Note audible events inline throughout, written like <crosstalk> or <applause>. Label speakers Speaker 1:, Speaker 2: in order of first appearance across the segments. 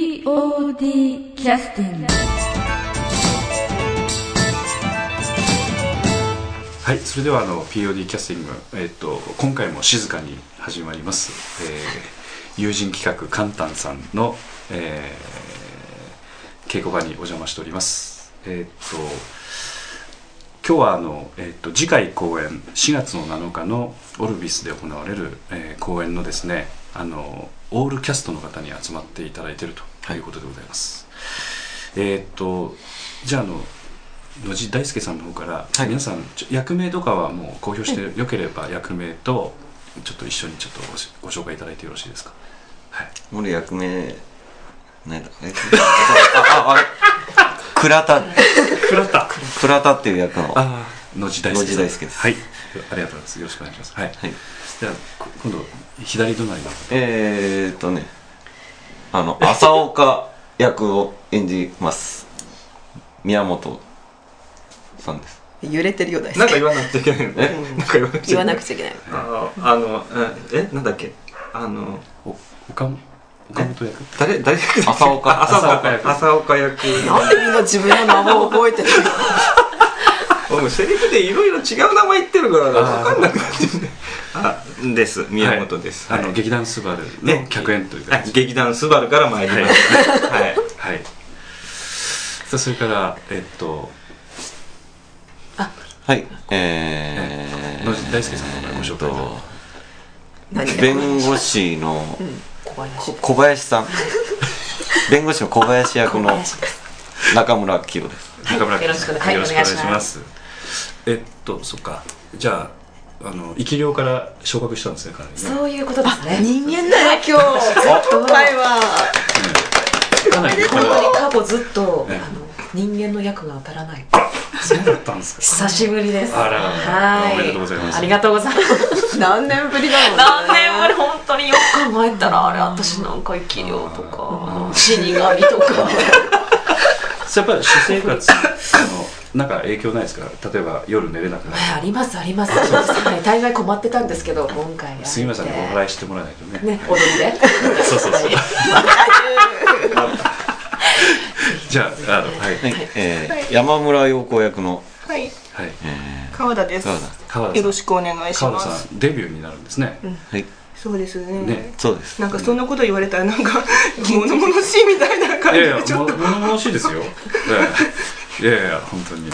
Speaker 1: POD キャスティング
Speaker 2: はい、それではあの POD キャスティング、えっと今回も静かに始まります、えー友人企画カンタンさんの、えー稽古場にお邪魔しておりますえっと今日はあの、えっと次回公演4月の7日のオルビスで行われる、えー公演のですねあのオールキャストの方に集まっていただいているということでございます、えっとじゃああの野地大輔さんの方から、
Speaker 3: はい
Speaker 2: 皆さんちょ役名とかはもう公表してよければ役名とちょっと一緒にちょっとごしご紹介いただいてよろしいですかはい
Speaker 3: 俺役名なんだえあああれ倉田
Speaker 2: 倉田
Speaker 3: 倉田っていう役のは
Speaker 2: ああ野地大輔
Speaker 3: 野地大輔です
Speaker 2: はいありがとうございますよろしくお願いしますはい、
Speaker 3: い
Speaker 2: じゃあこ今度左隣の
Speaker 3: えー、っとねあの朝岡役を演じます宮本さんです
Speaker 4: 揺れてるようだし
Speaker 5: なんか言わなくちゃいけないのね。なんか言わなくち
Speaker 4: 言わ
Speaker 5: ゃいけな
Speaker 4: ないく。ちゃいけない
Speaker 5: あの、あの、うんえ、なんだっけあの、
Speaker 2: お岡本岡本役
Speaker 5: 誰、誰役だっけ
Speaker 3: 朝岡
Speaker 5: あ朝
Speaker 2: 役
Speaker 5: 岡役。朝岡役。
Speaker 4: なんでみんな自分の名前を覚えてる
Speaker 5: お前セリフでいろいろ違う名前言ってるからな、わかんなくなってきてあ、です。宮本です。
Speaker 2: はいあ
Speaker 5: は
Speaker 2: の
Speaker 5: い
Speaker 2: 劇団スバルの
Speaker 5: ね
Speaker 2: 客演というか、
Speaker 5: あ劇団スバルから参りました。はい。
Speaker 2: はいさあそれからえっと
Speaker 3: はいえー、
Speaker 2: 野地大輔さんの方からご紹介いただいて
Speaker 3: えー
Speaker 4: 何
Speaker 3: っと弁護士の
Speaker 4: 小林
Speaker 3: こ小林さん <laughs> 弁護士の小林役の中村清です
Speaker 4: はい
Speaker 2: 中村
Speaker 4: よろしくお願い
Speaker 2: よろしくお願い
Speaker 4: お願い
Speaker 2: し
Speaker 4: し
Speaker 2: ま。
Speaker 4: ます
Speaker 2: えっと、そっか。じゃあ、あの、生き量から昇格したんですね、かなりね。
Speaker 1: そういうことですね
Speaker 4: 人間だよ今日今回は
Speaker 2: かなりこれ
Speaker 1: 本当
Speaker 2: は。
Speaker 1: に過去ずっとあ
Speaker 2: ね
Speaker 1: の人間の役が当たらない
Speaker 2: そうだったんですか。
Speaker 1: 久しぶりです
Speaker 2: あららら
Speaker 1: はい
Speaker 2: おめでとうございます
Speaker 1: ありがとうございます
Speaker 4: 何年ぶりだろう
Speaker 6: 何年ぶり本当によく考えたらあれ私なんか生き量とか死神とか
Speaker 2: やっぱり私生活、あの、なんか影響ないですか例えば夜寝れなくなる。
Speaker 1: <laughs> はいありますありますはい大概困ってたんですけど今回は
Speaker 2: すみませんね、お払いしてもらわないとね。
Speaker 1: ね踊り
Speaker 6: <laughs>
Speaker 1: で
Speaker 2: そうそうそう。じゃあ、あの、はい。
Speaker 3: はい、えー山村陽子役の、
Speaker 7: はい、
Speaker 2: はい。
Speaker 3: え
Speaker 7: 川田です。
Speaker 3: 川田
Speaker 2: 川田
Speaker 7: よ
Speaker 2: さ
Speaker 7: ろ
Speaker 2: ん。
Speaker 7: しくお願いし
Speaker 2: 川
Speaker 7: ま
Speaker 2: 田
Speaker 7: す。
Speaker 2: さん、デビューになるんですね。
Speaker 3: ー、はい
Speaker 7: そうですね
Speaker 2: ね
Speaker 3: そうです
Speaker 7: なんかそんなこと言われたらなんか物々しいみたいな感
Speaker 2: い
Speaker 7: じ
Speaker 2: やい
Speaker 7: で <laughs> ち
Speaker 2: や、
Speaker 7: ょ
Speaker 2: も
Speaker 7: っと。
Speaker 2: 物々しいですよ。ええいやいや、本当に。え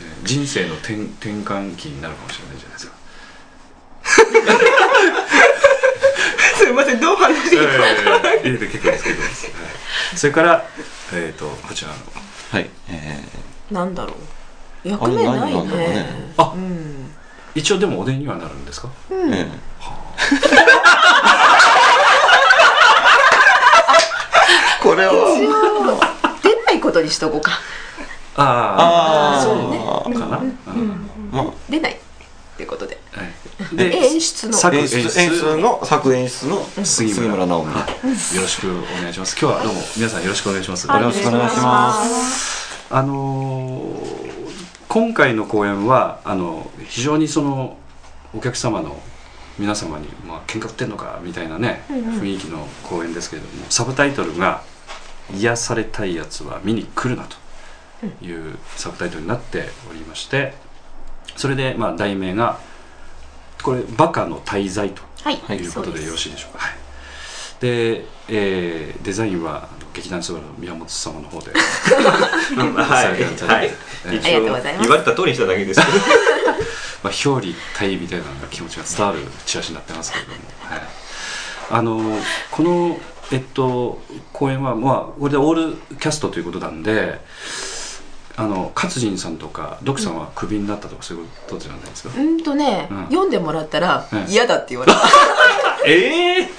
Speaker 2: え人生の転転換期になるかもしれないじゃないですか。
Speaker 7: <laughs> すみませんどう話していいか。
Speaker 2: ええいやいや結構ですけど。はいそれから、えっ、と、こちらの。
Speaker 3: はいえー
Speaker 4: なんだろう役目
Speaker 3: あ
Speaker 4: な
Speaker 3: れ何ないんだろうね
Speaker 4: ね
Speaker 2: あ
Speaker 4: うん
Speaker 2: 一応でもお出にはなるんですか。
Speaker 3: <laughs> ええこれは
Speaker 4: 出ないことにしとこうか
Speaker 2: あ
Speaker 3: ああ
Speaker 2: あ、かな。うん
Speaker 3: まあ
Speaker 4: 出ないってことで
Speaker 2: はい
Speaker 4: え
Speaker 2: で、
Speaker 4: 演出の
Speaker 2: 作
Speaker 3: 演
Speaker 2: 演出
Speaker 3: 出演出の作演出の
Speaker 2: 杉
Speaker 3: 杉
Speaker 2: 村
Speaker 3: 村直美
Speaker 2: よろしくお願いします。今日はどうも皆さんよろしくお願いします。
Speaker 3: よろしくお願いします
Speaker 2: あのー今回の公演はあの非常にそのお客様の皆様に「まあ喧嘩売ってんのか」みたいなね、雰囲気の公演ですけれどもサブタイトルが「癒されたいやつは見に来るな」というサブタイトルになっておりましてそれでまあ題名がこれ「バカの滞在」と
Speaker 4: はい
Speaker 2: ということでよろしいでしょうか。はいで、えーデザインはあの劇団スバルの宮本様の方で。
Speaker 5: うんはい。はい。
Speaker 4: ありがとうございます
Speaker 5: 言われた通りにしただけですけど。
Speaker 2: まあ、表裏一体みたいな気持ちが伝わるチラシになってますけれども、はい、あのこの、えっと、公演は、まあ、これでオールキャストということなんであの勝人さんとかドクさんはクビになったとかそういうことじゃないですか、
Speaker 4: うんとね
Speaker 2: うん
Speaker 4: 読んでもらったら
Speaker 2: うん
Speaker 4: 嫌だって言われた
Speaker 2: ええ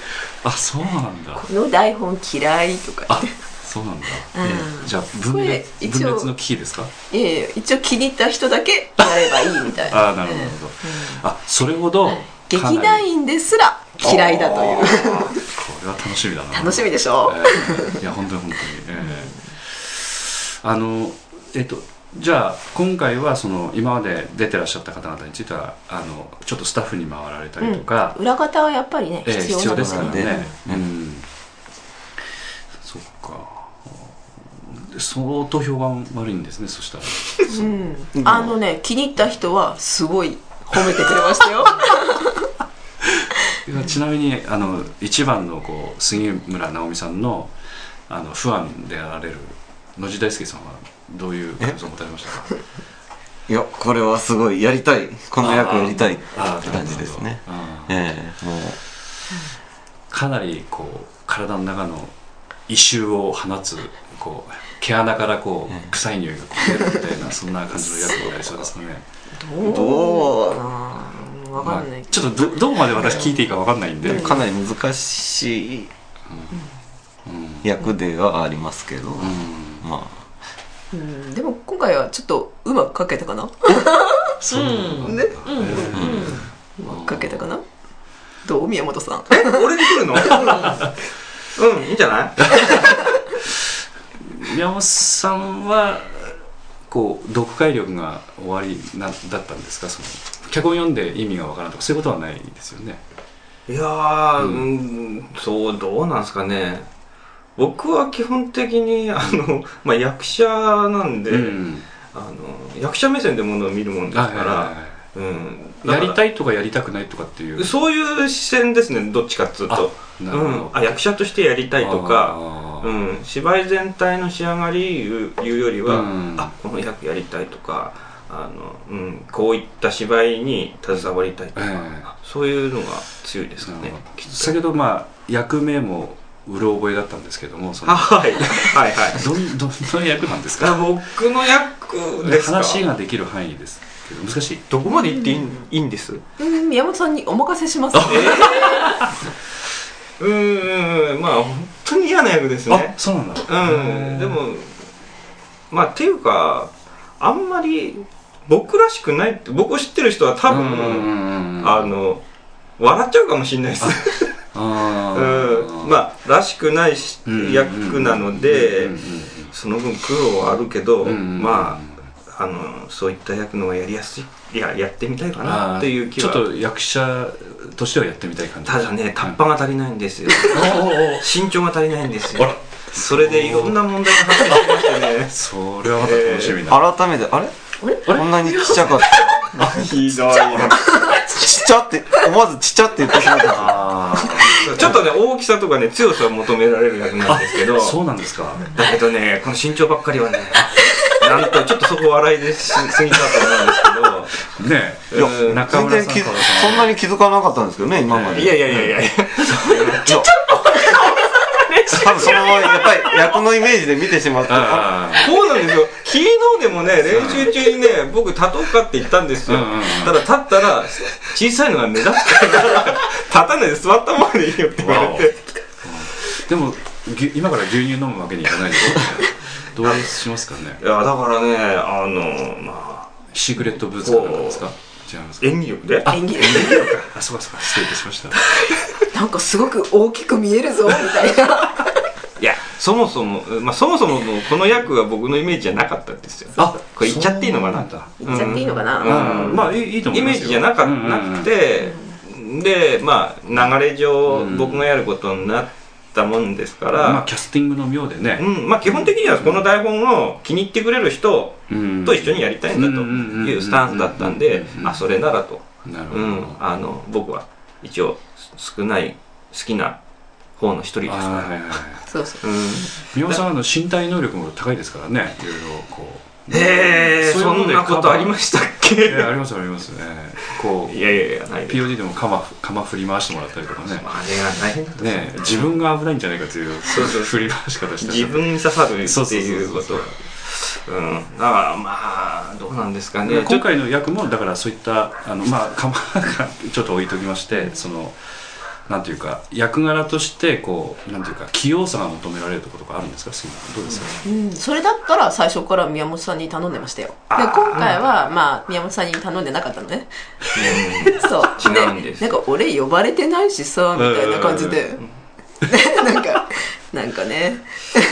Speaker 2: あそうなんだ
Speaker 4: この台本嫌いとか
Speaker 2: あそうなんだ、
Speaker 4: うん
Speaker 2: じゃあ分裂
Speaker 4: これ一応
Speaker 2: 分裂の危機ですか
Speaker 4: いやいや一応気に入った人だけやればいいみたいな
Speaker 2: ああなるほどなるほど、あそれほど
Speaker 4: 劇
Speaker 2: かなり
Speaker 4: 団員ですら嫌いだという
Speaker 2: これは楽しみだな
Speaker 4: 楽しみでしょ
Speaker 2: えーいや本当に本当に、えーあのえっとじゃあ今回はその今まで出てらっしゃった方々についてはあのちょっとスタッフに回られたりとか、
Speaker 4: 裏方はやっぱりね
Speaker 2: えー
Speaker 4: 必
Speaker 2: 必要
Speaker 4: 要な
Speaker 2: で
Speaker 4: の
Speaker 2: す
Speaker 4: で
Speaker 2: から
Speaker 3: 必要な
Speaker 2: ね
Speaker 3: ので
Speaker 2: うんそっか相当評判悪いんですねそしたら
Speaker 4: うん、あのね気に入った人はすごい褒めてくれましたよ
Speaker 2: いやちなみにあの一番のこう杉村直美さんのあのファンであられる野地大輔さんはどういう感想を持たれましたか
Speaker 3: いやこれはすごいやりたいこの役やりたいって
Speaker 2: あー
Speaker 3: 感じですね
Speaker 2: なるほどうん
Speaker 3: ええもう
Speaker 2: かなりこう体の中の異臭を放つこう毛穴からこう臭い匂いがこう出るみたいなそんな感じの役になりそうですね
Speaker 3: どう
Speaker 1: あーわかんない
Speaker 2: まあちょっとどどこまで私聞いていいかわかんないんで、
Speaker 3: かなり難しい
Speaker 2: うん
Speaker 3: 役ではありますけど、
Speaker 2: うん
Speaker 3: ま
Speaker 4: うんでも今回はちょっとうまくかけたかな
Speaker 2: そうなんだ
Speaker 4: ね
Speaker 2: えー
Speaker 4: うまくかけたかなどう宮本さん
Speaker 5: え
Speaker 4: <laughs>
Speaker 5: 俺に来るのうんいいんじゃない
Speaker 2: 宮本さんはこう読解力が終わりなだったんですかその脚本読んで意味がわからんとかそういうことはないですよね
Speaker 5: いやー、
Speaker 2: う
Speaker 5: うん、そうどうなんすかね僕は基本的にあの、まあ、役者なんで、
Speaker 2: うん
Speaker 5: あの役者目線でものを見るもんです
Speaker 2: は
Speaker 5: か
Speaker 2: いはいはい
Speaker 5: ら
Speaker 2: はい
Speaker 5: うん
Speaker 2: やりた
Speaker 5: い
Speaker 2: いとかやりたくないとかっていう
Speaker 5: そういう視線ですねどっちかっつうと
Speaker 2: な
Speaker 5: う
Speaker 2: るほ
Speaker 5: ん
Speaker 2: ど、
Speaker 5: あ役者としてやりたいとか、
Speaker 2: あー
Speaker 5: うん、芝居全体の仕上がりいういうよりは、
Speaker 2: うん
Speaker 5: あこの役やりたいとかあの、うん、こういった芝居に携わりたいとか、
Speaker 2: ええ
Speaker 5: そういうのが強いですか
Speaker 2: な
Speaker 5: ね
Speaker 2: るほど
Speaker 5: きっと
Speaker 2: 先ほどまあ役名もうろ覚えだったんですけどもその
Speaker 5: あはいはいはい
Speaker 2: どん <laughs> どんな役なんです
Speaker 5: あ
Speaker 2: か
Speaker 5: 僕の役ですか
Speaker 2: 話ができる範囲ですけど難しい
Speaker 5: どこまで言っていい,、ん、いいんです
Speaker 4: うん宮本さんにお任せします
Speaker 5: うーんまあ本当に嫌な役です
Speaker 2: あ
Speaker 5: ね
Speaker 2: そうなんだ
Speaker 5: うんでもまあっていうかあんまり僕らしくないって僕を知ってる人は多分、あ
Speaker 2: あ
Speaker 5: の笑っちゃうかもしれないです
Speaker 2: あ
Speaker 5: うん
Speaker 2: あ
Speaker 5: まあらしくないし役なのでその分苦労はあるけど、まああのそういった役の方がやりやすいいややってみたいかなっていう気は
Speaker 2: ちょっと役者としてはやってみたい感じ
Speaker 5: ただねタッパが足りないんですよ
Speaker 2: おうおうおう
Speaker 5: 身長が足りないんです
Speaker 2: あ
Speaker 5: よ
Speaker 2: ら
Speaker 5: それでいろんな問題が発生しましたね
Speaker 2: それはまた楽しみだ
Speaker 3: あ改めてあれこんなにちっちゃかった
Speaker 2: <laughs>
Speaker 5: ひどい
Speaker 3: ちっちゃって思わずちっちゃって言ってしまった
Speaker 2: あ
Speaker 5: ちょっとね大きさとかね強さを求められる役なんですけど
Speaker 2: あそうなんですか
Speaker 5: だけどねこの身長ばっかりはねなんとちょっとそこ笑いでしすぎたと思うんです
Speaker 2: ねえ
Speaker 5: いや
Speaker 2: うん中
Speaker 3: 全
Speaker 2: 村
Speaker 3: 然
Speaker 2: さん
Speaker 3: 気づ
Speaker 2: 川田
Speaker 3: そ
Speaker 2: さ
Speaker 3: んなに気づかなかったんですけどね今ま
Speaker 5: け
Speaker 3: で
Speaker 5: どいやいやいやいやいや
Speaker 3: ちっちゃ多分そのやっぱり役のイメージで見てしまった
Speaker 2: あ
Speaker 5: そうなんですよ昨日でもね練習中にね僕立とうかって言ったんですよ
Speaker 2: うんうんうん
Speaker 5: ただ立ったら小さいのが目立つから立たないで座ったままでいいよって言われて
Speaker 2: あでもぎゅ今から牛乳飲むわけにいかないでどうしますかね
Speaker 5: いやだからねあのまあ
Speaker 2: シークレットブーツかなんかですか違いますか
Speaker 5: 演技力で
Speaker 4: 演技
Speaker 2: あそうかそうか失礼いたしました
Speaker 4: なんかすごく大きく見えるぞみたいない
Speaker 5: やそもそも、まあ、そもそものこの役が僕のイメージじゃなかったんですよ
Speaker 2: あ
Speaker 5: これ言っちゃっていいのかな
Speaker 2: だ
Speaker 4: 言っちゃっていいのかな、
Speaker 5: うん
Speaker 2: まあいいいいと思
Speaker 5: イ
Speaker 2: い
Speaker 5: メ
Speaker 2: ま
Speaker 5: ー
Speaker 2: すよ
Speaker 5: ジじゃなか
Speaker 2: うんうんうん
Speaker 5: なくてでまあ流れ上
Speaker 2: うん
Speaker 5: 僕がやることになったもんですか
Speaker 2: まあ
Speaker 5: ら
Speaker 2: キャスティングの妙でね
Speaker 5: うんまあ基本的にはこの台本を気に入ってくれる人
Speaker 2: うん
Speaker 5: と一緒にやりたいんだ
Speaker 2: う
Speaker 5: と
Speaker 2: んうんうんうん
Speaker 5: いうスタンスだったんで
Speaker 2: うんうん
Speaker 5: あそれならと、
Speaker 2: なるほ
Speaker 5: う
Speaker 2: ど、
Speaker 5: ん、あの僕は一応少ない好きな方の一人です
Speaker 2: あーはい
Speaker 5: か
Speaker 2: はいはい
Speaker 4: そうそう
Speaker 5: ら、うん、
Speaker 2: 宮本さんあの身体能力も高いですからねいろいろこう
Speaker 5: へ
Speaker 2: うい
Speaker 5: え
Speaker 2: う
Speaker 5: そ
Speaker 2: もの
Speaker 5: ん
Speaker 2: で
Speaker 5: なことありましたっけ
Speaker 2: カバーいやありますありますねこ
Speaker 5: いやいやいやな
Speaker 2: う
Speaker 5: いです
Speaker 2: POD でも鎌鎌振り回してもらったりとかね
Speaker 5: あれが大変だと
Speaker 2: ね自分が危ないんじゃないかという
Speaker 5: そうそう
Speaker 2: 振り回し方したり
Speaker 5: 自分に刺さる
Speaker 2: そう
Speaker 5: って
Speaker 2: そうそう
Speaker 5: いう
Speaker 2: そう
Speaker 5: ことうんだからまあどうなんですかね
Speaker 2: 今回の役もだからそういったあのまあ構が <laughs> ちょっと置いときましてそのなんていうか役柄としてこうなんていうか器用さが求められるところとかあるんですか杉野さんどうですか、
Speaker 4: うん、それだったら最初から宮本さんに頼んでましたよで今回はまあ宮本さんに頼んでなかったのねそう
Speaker 5: 違うんです
Speaker 4: なんか俺呼ばれてないしさみたいな感じで <laughs> なんかなんかね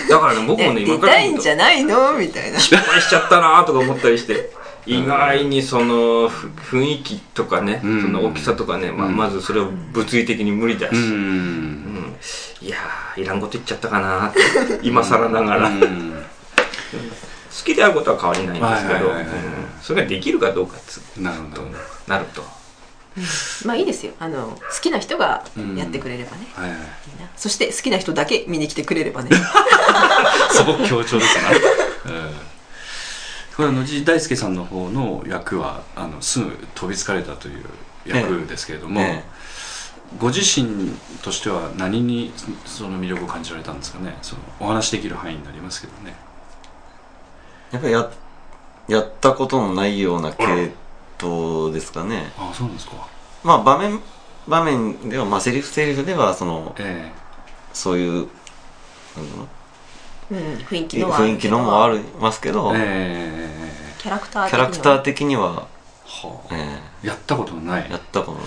Speaker 5: うんだからね僕も
Speaker 4: ね
Speaker 5: ね
Speaker 4: 出
Speaker 5: 今から
Speaker 4: た
Speaker 5: 見
Speaker 4: い
Speaker 5: る
Speaker 4: ん
Speaker 5: と
Speaker 4: じゃないのみ
Speaker 3: <laughs>
Speaker 4: たいな
Speaker 5: 失敗しちゃったなとか思ったりして意外にそのふ雰囲気とかね、
Speaker 2: ん
Speaker 5: その大きさとかね、まあ、
Speaker 2: うん
Speaker 5: まずそれを物理的に無理だし、
Speaker 2: う
Speaker 5: うん
Speaker 2: ん
Speaker 5: いやーいらんこと言っちゃったかなって今更ながら、
Speaker 2: う
Speaker 5: 好
Speaker 2: ん
Speaker 5: きであることは変わりないんですけど、
Speaker 2: はいはいはいはい
Speaker 5: うんそれができるかどうかっつう
Speaker 2: なるほど。
Speaker 5: なると
Speaker 4: まあいいですよあの好きな人がやってくれればね、
Speaker 2: はいはい。
Speaker 4: いいなそして好きな人だけ見に来てくれれ
Speaker 3: <laughs>
Speaker 4: ばね
Speaker 2: そこ強調ですな。うんこれあのじ大輔さんの方の役はあのすぐ飛びつかれたという役ですけれども、
Speaker 3: え
Speaker 2: ご自身としては何にその魅力を感じられたんですかねそのお話しできる範囲になりますけどね
Speaker 3: やっぱりややったことのないような系統ですかね
Speaker 2: ああそうなんですか
Speaker 3: まあ場面場面ではまあセリフセリフではその
Speaker 2: え
Speaker 3: そういうなんだろう
Speaker 4: うん雰囲気のは
Speaker 3: 雰囲気のもありますけ
Speaker 2: え
Speaker 3: ど、
Speaker 2: え
Speaker 4: キャラクター
Speaker 3: キャラクター
Speaker 4: ー
Speaker 3: 的には、
Speaker 2: えは
Speaker 3: え
Speaker 2: あやったことのない
Speaker 3: えやったことないよ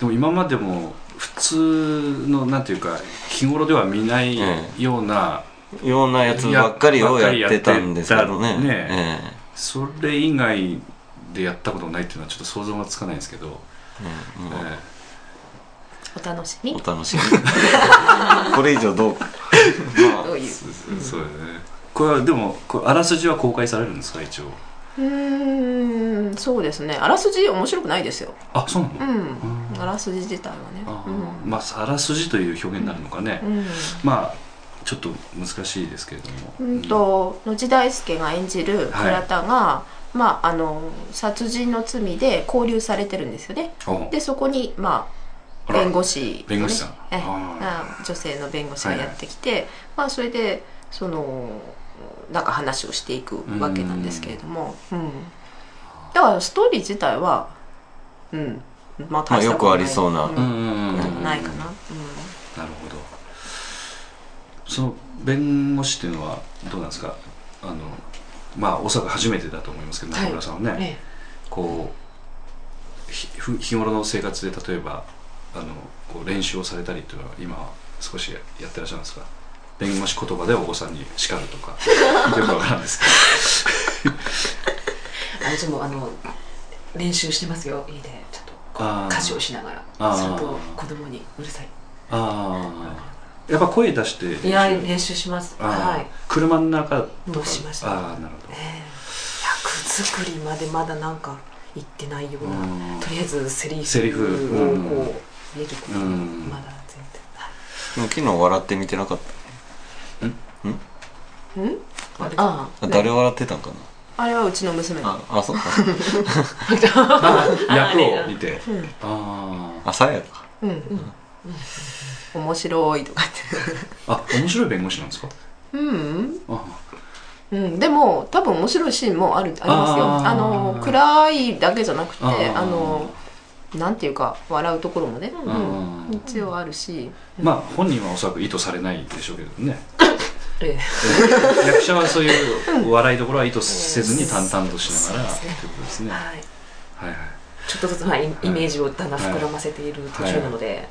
Speaker 2: でも今までも普通のなんていうか日頃では見ない
Speaker 3: え
Speaker 2: ような、
Speaker 3: うなようなやつばっかりをやってたんですけど
Speaker 2: や
Speaker 3: ね
Speaker 2: っぱりやってたそれ以外でやったことないっていうのはちょっと想像がつかないんですけど、
Speaker 3: ええうんもう
Speaker 2: え
Speaker 4: お楽しみ
Speaker 3: お楽しみ <laughs> これ以上どうかま
Speaker 4: どういう
Speaker 2: えそうだねこれはでもこれあらすじは公開されるんですか一応
Speaker 4: うーんそうですねあらすじ面白くないですよ
Speaker 2: あそうな
Speaker 4: う
Speaker 2: の、
Speaker 4: ん
Speaker 2: うん
Speaker 4: あらすじ自体はね
Speaker 2: あ
Speaker 4: うん
Speaker 2: ーまああらすじという表現になるのかね、
Speaker 4: うん
Speaker 2: まあちょっと難しいですけれども、
Speaker 4: うんと野地大輔が演じる倉田が、まああの殺人の罪で拘留されてるんですよね
Speaker 2: うん
Speaker 4: でそこにまあ
Speaker 2: あら
Speaker 4: 弁護士、ね、
Speaker 2: 弁護士さん
Speaker 4: ええ
Speaker 2: あ
Speaker 4: あ女性の弁護士がやってきて、まあそれでそのなんか話をしていくわけなんですけれども、うんだからストーリー自体はうんまあ
Speaker 3: あ
Speaker 4: 大した
Speaker 3: よ
Speaker 4: こと
Speaker 3: く
Speaker 4: な
Speaker 3: あ
Speaker 4: い
Speaker 3: りそうな、
Speaker 4: ん
Speaker 2: うんうんうん
Speaker 4: こと
Speaker 2: うん
Speaker 4: ないかな、うん
Speaker 2: なるほどその弁護士っていうのはどうなんですかあのまあおそらく初めてだと思いますけど
Speaker 1: はい
Speaker 2: 中村さんはね、
Speaker 1: え
Speaker 2: こうひふ日頃の生活で例えばあのこう練習をされたりっていうのは今は少しややってらっしゃるんですか弁護士言葉でお子さんに叱ると
Speaker 1: <laughs>
Speaker 2: かよくわからんです
Speaker 1: えあいつもあの練習してますよ家でちょっとこ
Speaker 2: あ
Speaker 1: う
Speaker 2: ー
Speaker 1: 家事をしながら
Speaker 2: あー
Speaker 1: すると子供にうるさい
Speaker 2: ああやっぱ声出して練習
Speaker 1: いや練習します
Speaker 2: ああ
Speaker 1: はい
Speaker 2: 車の中と
Speaker 1: ど
Speaker 2: か
Speaker 1: うしました
Speaker 2: ああなるほど
Speaker 1: 役作りまでまだなんか行ってないような、
Speaker 2: うん
Speaker 1: とりあえずセリフ
Speaker 2: セリフ
Speaker 1: を
Speaker 2: うん
Speaker 1: こう見ることが
Speaker 2: うん
Speaker 1: まだ全然、はい
Speaker 3: でも昨日笑って見てなかったねん
Speaker 4: あ
Speaker 3: あ誰笑ってたんかな
Speaker 4: ああれはうちの娘
Speaker 3: あ
Speaker 4: が
Speaker 3: あそうか
Speaker 2: 役を見て
Speaker 4: うん
Speaker 2: あ
Speaker 3: 朝やか
Speaker 4: うん、面白いとか言って
Speaker 2: ああ面白い弁護士なんですか
Speaker 4: うん
Speaker 2: あ
Speaker 4: うん、でも多分面白いシーンもあるありますよ
Speaker 2: あー
Speaker 4: あの暗いだけじゃなくて
Speaker 2: あ
Speaker 4: あ
Speaker 2: ー
Speaker 4: のなんていうか笑うところもね、
Speaker 2: あ
Speaker 4: うん
Speaker 2: ー
Speaker 4: 一応あるし
Speaker 2: まあ本人はおそらく意図されないでしょうけどね
Speaker 1: え
Speaker 2: 役者はそういう笑いどころは意図せずに淡々としながら
Speaker 1: うん
Speaker 2: ということです
Speaker 1: え
Speaker 2: ねは
Speaker 1: はい、
Speaker 2: いはい
Speaker 1: ちょっとずつ、はい、イイメージをだんだん膨らませている途中なので、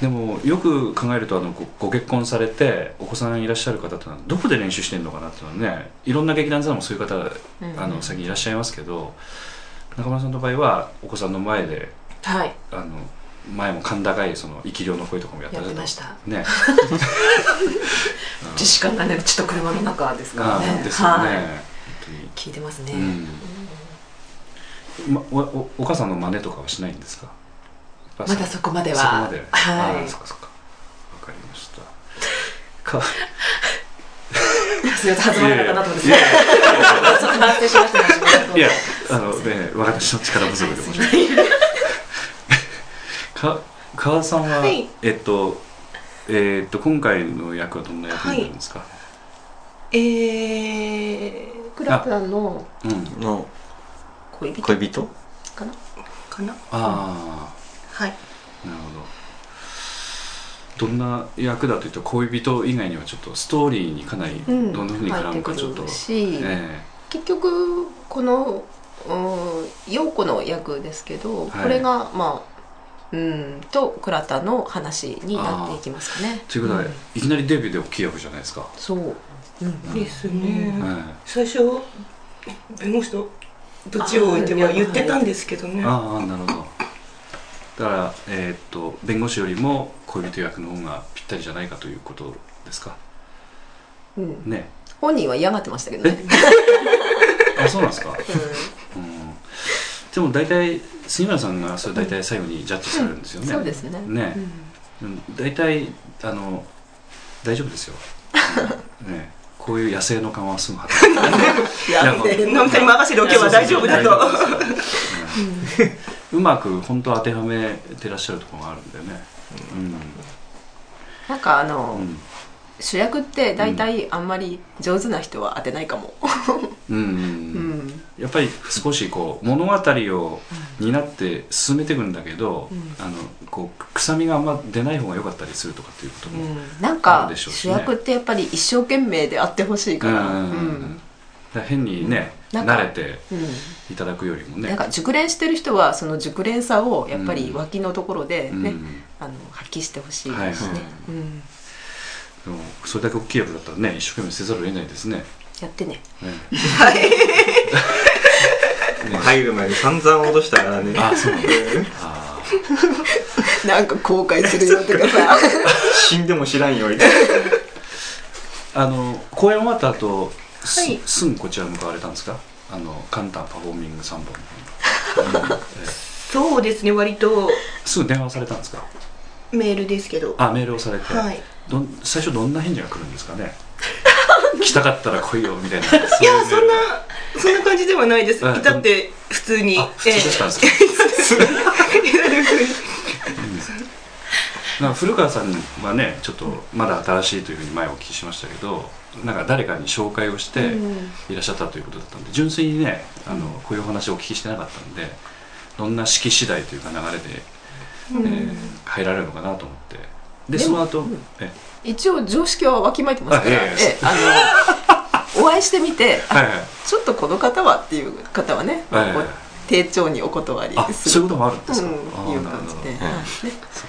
Speaker 2: でもよく考えるとあのごご結婚されてお子さんいらっしゃる方ってのはどこで練習してるのかなっていうのはねいろんな劇団さんもそういう方あの最近いらっしゃいますけど中村さんの場合はお子さんの前で
Speaker 1: はい、
Speaker 2: あの前も甲高いその生き量の声とかもやって
Speaker 1: や
Speaker 2: ら
Speaker 1: っ
Speaker 2: っしてゃ
Speaker 1: ま
Speaker 2: っ
Speaker 1: した
Speaker 2: た
Speaker 1: <laughs>
Speaker 2: ね
Speaker 1: 自主感がねうちと車の中ですから
Speaker 2: あ
Speaker 1: ね
Speaker 2: ーですよね、
Speaker 1: はい、
Speaker 2: 本当に
Speaker 1: 聞いてますね、
Speaker 2: うんま、おおお母さんの真似とかはしないんですかま
Speaker 1: まだそこまでは
Speaker 2: そこまで
Speaker 1: はい
Speaker 2: ああそっかそっかわかりましたか
Speaker 1: すいません弾まなかったなと思って
Speaker 2: いやいや
Speaker 1: <laughs> ちょっと反省しました
Speaker 2: いやあのね私の力不足で申し訳
Speaker 1: <laughs>
Speaker 2: ないか川さんは、
Speaker 7: はい
Speaker 2: えっとえっと今回の役はどんな役になるんですか、
Speaker 7: えー、
Speaker 4: クラタの
Speaker 2: うん
Speaker 3: の
Speaker 4: 恋人
Speaker 3: 恋人
Speaker 4: かな
Speaker 7: かな
Speaker 2: あ
Speaker 7: はい
Speaker 2: あなるほどどんな役だというと恋人以外にはちょっとストーリーにかなりど
Speaker 4: う
Speaker 2: ん
Speaker 4: ん
Speaker 2: なふうに絡むかちょっと、
Speaker 4: 入ってくるし、
Speaker 2: え
Speaker 4: 結局このうん陽子の役ですけど、
Speaker 2: はい
Speaker 4: これがまあうんと倉田の話になっていきますかね
Speaker 2: えということは、いきなりデビューで大きい役じゃないですか、
Speaker 4: そう
Speaker 7: ですね、
Speaker 2: え
Speaker 7: 最初弁護士とどっちを置いては言ってたんですけど
Speaker 2: え
Speaker 7: ね
Speaker 2: ああなるほどだから、えーっと弁護士よりも恋人役の方がぴったりじゃないかということですか
Speaker 4: うん、
Speaker 2: ね
Speaker 4: 本人は嫌がってましたけどね
Speaker 2: あそうなんですか、うん、でも大体杉村さんがそれ大体最後にジャッジされるんですよね、
Speaker 4: そうですね
Speaker 2: ね、うん、大体あの大丈夫ですよ、うんね、こういう野生の勘はすぐ働くやばい
Speaker 7: のんちゃんに任せておけば大丈夫だ
Speaker 2: そう
Speaker 7: と。
Speaker 2: そうそう大丈夫ですようんうまく本当当てはめてらっしゃるところがあるんだよね
Speaker 4: なんかあ
Speaker 2: う
Speaker 4: の、
Speaker 2: ん
Speaker 4: 主役って大体あんまり上手な人は当てないかも
Speaker 2: うん、うん
Speaker 4: う
Speaker 2: うん
Speaker 4: ん
Speaker 2: やっぱり少しこう物語を担って進めていくんだけど、あのこう臭みがあんま出ない方が良かったりするとかっていうこと
Speaker 4: う
Speaker 2: も、
Speaker 4: ん、なん
Speaker 2: あ
Speaker 4: か
Speaker 2: るでしょうし
Speaker 4: 主
Speaker 2: ね
Speaker 4: 役ってやっぱり一生懸命であってほしいから
Speaker 2: うう
Speaker 4: うんん
Speaker 2: んうんだから変にね、
Speaker 4: なんか
Speaker 2: 慣れて
Speaker 4: うん
Speaker 2: いただくよりもね
Speaker 4: なんか熟練してる人はその熟練さをやっぱり脇のところで
Speaker 2: うん
Speaker 4: ね、あの発揮してほしい
Speaker 2: はいはい、
Speaker 4: ですね、うん、
Speaker 2: でもそれだけ大きい役だったらね一生懸命せざるを得ないですね
Speaker 4: やってね <laughs>
Speaker 2: ね
Speaker 5: 入る前に散々脅したからね
Speaker 2: あそうなんだ
Speaker 5: うん
Speaker 2: あ
Speaker 4: なんか後悔するよとかさ <laughs>
Speaker 5: 死んでも知らんよみたいな
Speaker 2: ーあの公演終わった後す,、
Speaker 6: はい
Speaker 2: すぐこちら向かわれたんですかあの簡単パフォーミング3本、えー
Speaker 6: そうですね割と
Speaker 2: すぐ電話されたんですか
Speaker 6: メールですけど
Speaker 2: あメールをされて、
Speaker 6: はい
Speaker 2: どん最初どんな返事が来るんですかね来たかったら来いよみたいなそうい
Speaker 7: いや、そん
Speaker 2: うメール
Speaker 7: な、そんな感じではないです。
Speaker 2: うん
Speaker 7: 至って普通に。
Speaker 2: あ普通だったんですか、なんか古川さんはねちょっとまだ新しいというふうに前お聞きしましたけどなんか誰かに紹介をしていらっしゃったということだったんで純粋にねあのこういうお話をお聞きしてなかったんでどんな式次第というか流れで、えー入られるのかなと思ってでその後、え
Speaker 4: 一応常識はわきまえてますか
Speaker 2: <laughs>
Speaker 4: ら
Speaker 2: あいやいや
Speaker 4: ええあのお会いしてみてあ
Speaker 2: はいはい
Speaker 4: ちょっとこの方はっていう方はね、
Speaker 2: はいはいはい
Speaker 4: こう丁重にお断り
Speaker 2: あ
Speaker 4: す
Speaker 2: そう
Speaker 4: る
Speaker 2: いうこともあるんですか、
Speaker 4: うん
Speaker 2: あー
Speaker 4: いう
Speaker 2: なるほ
Speaker 4: 感
Speaker 2: ど
Speaker 4: じで、
Speaker 2: そっ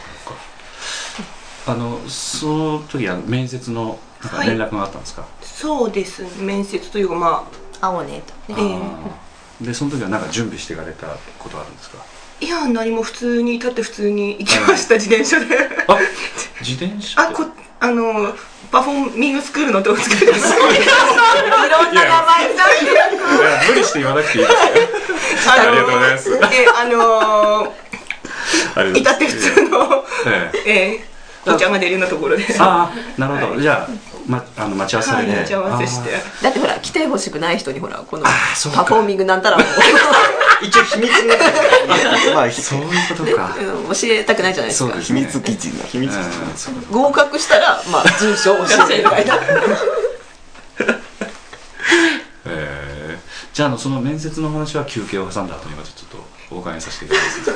Speaker 2: かあ
Speaker 4: はいね
Speaker 2: のその時は面接のなんか
Speaker 7: はい
Speaker 2: 連絡があったんですか、
Speaker 7: そうです。面接というか、まあ、
Speaker 4: 会おうねとね
Speaker 7: ええ
Speaker 2: あーでその時はなんか準備していかれたことあるんですか
Speaker 7: いや、何も普通に、至って普通に行きました、自転車で。
Speaker 2: あ自転
Speaker 7: <laughs>
Speaker 2: 車
Speaker 7: あ、こ、あの、パフォーミングスクールのとこ使いました。
Speaker 4: いろんな名前が
Speaker 2: いや無理して言わなくていいです
Speaker 7: あ
Speaker 2: ありがとうございます
Speaker 7: で、あの
Speaker 2: よ
Speaker 7: <laughs> ー、至って普通の、
Speaker 2: ええ
Speaker 7: えー、お茶が出るようなところで。
Speaker 2: ああなるほど、じゃあ,、ま、あの待ち合わせ
Speaker 7: は
Speaker 2: で
Speaker 7: い、
Speaker 2: ね、
Speaker 7: 打ち合わせして。
Speaker 4: だってほら来てほしくない人にほらこの
Speaker 2: そうか
Speaker 4: パフォーミングなんたらも
Speaker 5: 一応秘密
Speaker 3: <laughs>
Speaker 5: の
Speaker 3: まあ
Speaker 2: あーそういうこと
Speaker 7: <laughs>
Speaker 2: <laughs> か
Speaker 4: うん教えたくないじゃないです
Speaker 2: そう
Speaker 4: か
Speaker 2: です
Speaker 3: 秘
Speaker 2: ね
Speaker 3: 密基地だ
Speaker 5: 秘密基地
Speaker 2: うんそう
Speaker 4: 合格したらまあ住所を教えてみたいな
Speaker 2: えーじゃああのその面接の話は休憩を挟んだ後にまたちょっとお伺いさせていただきます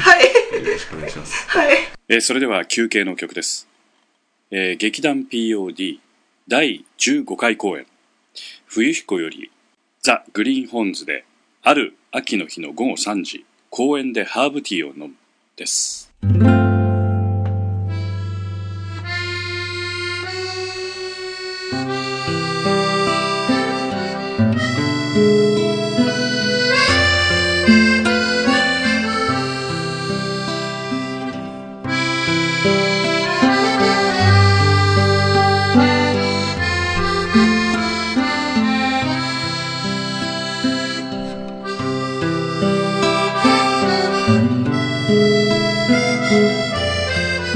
Speaker 7: はい。
Speaker 2: よろしくお願いします
Speaker 7: はい。
Speaker 2: えーそれでは休憩の曲です、えー劇団 POD 第15回公演冬彦よりザ・グリーンホーンズである秋の日の午後3時公園でハーブティーを飲むです
Speaker 8: 「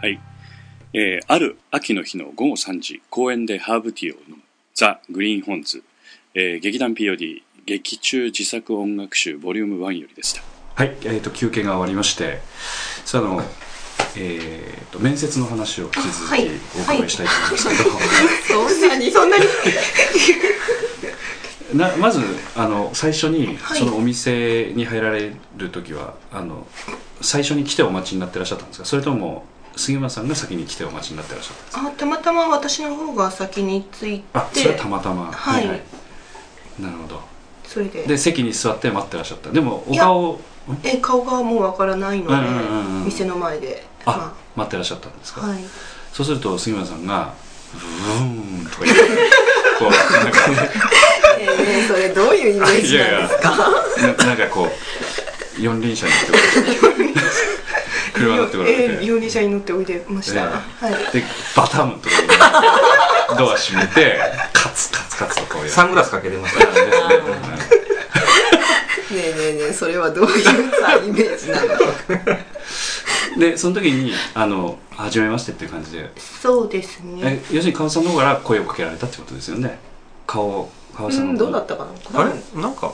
Speaker 8: はい。えーある秋の日の午後3時、公園でハーブティーを飲む、ザ・グリーンホーンズ、えー劇団 POD、劇中自作音楽集、ボリューム1よりでした。
Speaker 2: はい、えー、と休憩が終わりましてさああの、えー、と面接の話を引き続きお伺いしたいと思いますけど、
Speaker 4: そんな
Speaker 7: <laughs>
Speaker 4: に
Speaker 7: そんなに
Speaker 2: なまずあの最初に、そのお店に入られる時はあの最初に来てお待ちになってらっしゃったんですかそれとも杉村さんが先に来てお待ちになってらっしゃったんですか
Speaker 7: あたまたま私の方が先に着いて
Speaker 2: あそれはたまたま
Speaker 7: はい
Speaker 2: なるほど
Speaker 7: それで
Speaker 2: で席に座って待ってらっしゃったでもお顔を
Speaker 7: え顔がもうわからないので、
Speaker 2: うんうんうんうん
Speaker 7: 店の前で
Speaker 2: あ待ってらっしゃったんですか、
Speaker 7: まあはい
Speaker 2: そうすると杉村さんが「ブーン」とか言ってこうなんか
Speaker 4: えそれどういう意味
Speaker 2: いやいやななんかこう四輪車に乗ってこられて車乗ってこられて、
Speaker 7: え容疑者に乗っておいでました、
Speaker 2: ええ
Speaker 7: はい
Speaker 2: でバタンとか言ってドア閉めてカツカツカツとこうやって
Speaker 5: サングラスかけてます
Speaker 2: あですね
Speaker 4: ねえねえねえそれはどういうさイメージなの
Speaker 2: うんでその時にあの「はじめまして」っていう感じで
Speaker 7: そうですね
Speaker 2: え要するに川さんの方から声をかけられたってことですよね顔川
Speaker 4: う
Speaker 2: さん
Speaker 4: ん
Speaker 2: の
Speaker 4: ど
Speaker 2: 方
Speaker 4: う
Speaker 2: か
Speaker 4: だ
Speaker 2: ら
Speaker 4: ったかな
Speaker 5: あれなんか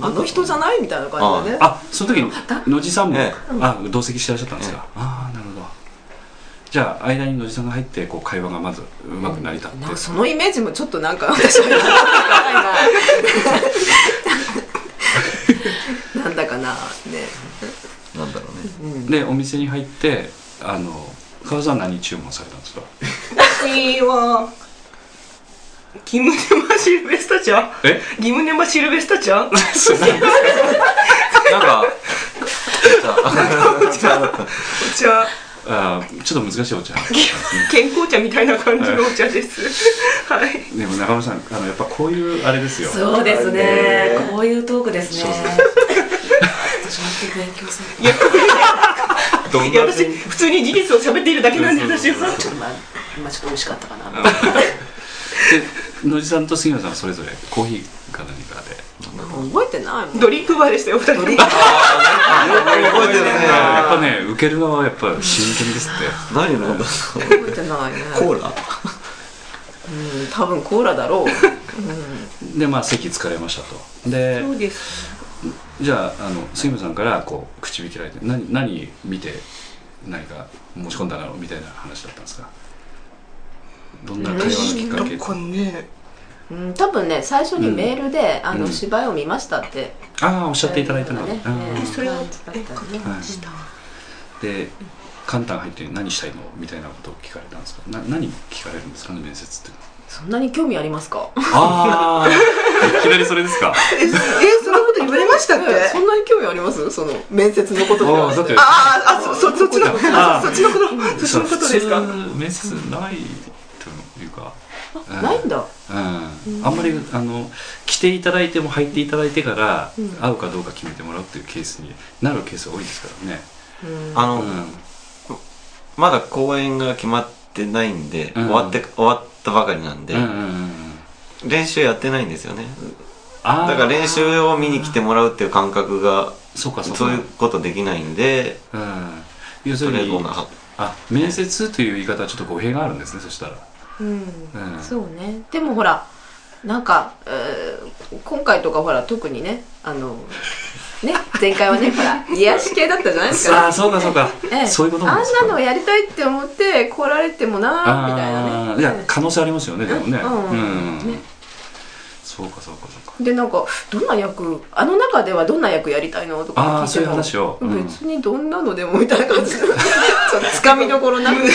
Speaker 4: あの人じゃないみたいな感じだね
Speaker 2: あその時に野地さんも、
Speaker 3: え
Speaker 2: あ同席してらっしゃったんですか、ああなるほどじゃあ間に野地さんが入ってこう会話がまずうまく成り立って、
Speaker 4: なんかそのイメージもちょっとなんか私はなんだかなね
Speaker 3: なんだろうね
Speaker 2: でお店に入ってあの川さんは何注文されたんですか
Speaker 7: 私はギムネマシルベスタちゃん
Speaker 2: え
Speaker 7: ギムネマシルベスタちゃん
Speaker 3: なんか
Speaker 7: お茶
Speaker 2: あーちょっと難しいお
Speaker 4: <laughs>
Speaker 2: 茶
Speaker 7: 健康茶みたいな感じのお茶ですはい
Speaker 2: でも中村さんあのやっぱこういうあれですよ
Speaker 6: そうですね。こういうトークですね。
Speaker 1: 私も勉強する
Speaker 5: どん
Speaker 7: いや
Speaker 5: な
Speaker 7: 私普通に事実を喋っているだけなんで私は
Speaker 6: まあ、今ちょっと美味しかったかな。
Speaker 2: で野地さんと杉野さんはそれぞれコーヒーか何かで
Speaker 4: <laughs> 覚えてないもん
Speaker 7: ドリンクバーでしたよお二人
Speaker 3: 覚えてるね
Speaker 2: やっぱね受ける側はやっぱ真剣ですっ
Speaker 3: 何なんだ
Speaker 4: 覚えてないね
Speaker 3: コーラ
Speaker 4: うん多分コーラだろう
Speaker 2: てでまあ席疲れましたとで
Speaker 7: そうです
Speaker 2: じゃああの杉村さんからこう口引きられて何何見て何か申し込んだのみたいな話だったんですかどんな会話のきっかけ
Speaker 7: かね
Speaker 4: うん、多分ね最初にメールで、あの
Speaker 2: うん
Speaker 4: 芝居を見ましたって、
Speaker 2: ああおっしゃっていただいたの
Speaker 4: ね
Speaker 2: あー
Speaker 7: それは
Speaker 4: 感じだったよね
Speaker 2: はいで簡単入って何したいのみたいなことを聞かれたんですかな何聞かれるんですかね面接って
Speaker 4: そんなに興味ありますか
Speaker 2: あ <laughs> あいきなりそれですか
Speaker 7: ええそんなこと言われましたっ
Speaker 4: えそ
Speaker 7: け
Speaker 4: んなに興味ありますその面接のことに
Speaker 2: ああ
Speaker 4: 関して
Speaker 2: だって
Speaker 7: あああそそそっちのそ
Speaker 2: あ
Speaker 7: そっちのことそっちのことですか
Speaker 2: 普通面接ないというか
Speaker 4: あないんだ
Speaker 2: うんあんまりあの来ていただいても入っていただいてから会うかどうか決めてもらうっていうケースになるケースが多いですからね
Speaker 3: あ
Speaker 2: う
Speaker 3: の、
Speaker 2: ん
Speaker 3: まだ公演が決まってないんで、
Speaker 2: うん
Speaker 3: 終わって終わったばかりなんで、
Speaker 2: うんうんうんうん
Speaker 3: 練習やってないんですよね
Speaker 2: あ
Speaker 3: だ
Speaker 2: ー
Speaker 3: から練習を見に来てもらうっていう感覚が
Speaker 2: そうかそうか
Speaker 3: そういうことできないんで
Speaker 2: うん要す
Speaker 3: と
Speaker 2: る
Speaker 3: りあえず
Speaker 2: に
Speaker 3: こんな
Speaker 2: あ面接という言い方はちょっと語弊があるんですねそしたら
Speaker 4: うん
Speaker 2: うん
Speaker 4: そうねでもほらなんか、えー今回とかほら特にねあのね前回はねほら癒し系だったじゃないです
Speaker 2: あ
Speaker 4: か
Speaker 2: あそうかそうか、
Speaker 4: ええ
Speaker 2: そういうこと
Speaker 4: あ
Speaker 2: なん
Speaker 4: ん
Speaker 2: です
Speaker 4: なのやりたいって思って来られてもなーみたいな
Speaker 2: あー
Speaker 4: ね
Speaker 2: いや可能性ありますよねでもね
Speaker 4: うん
Speaker 2: う
Speaker 4: うんん
Speaker 2: うん
Speaker 4: ね
Speaker 2: そうかそうかそうか
Speaker 4: でなんかどんな役あの中ではどんな役やりたいのと
Speaker 2: あ
Speaker 4: か
Speaker 2: あ
Speaker 4: 聞
Speaker 2: そう
Speaker 4: い
Speaker 2: い
Speaker 4: て
Speaker 2: う
Speaker 4: も
Speaker 2: 話を、うん
Speaker 4: 別にどんなのでもみたい
Speaker 2: <laughs>
Speaker 4: な感じでちょっとつかみどころなく
Speaker 7: 難し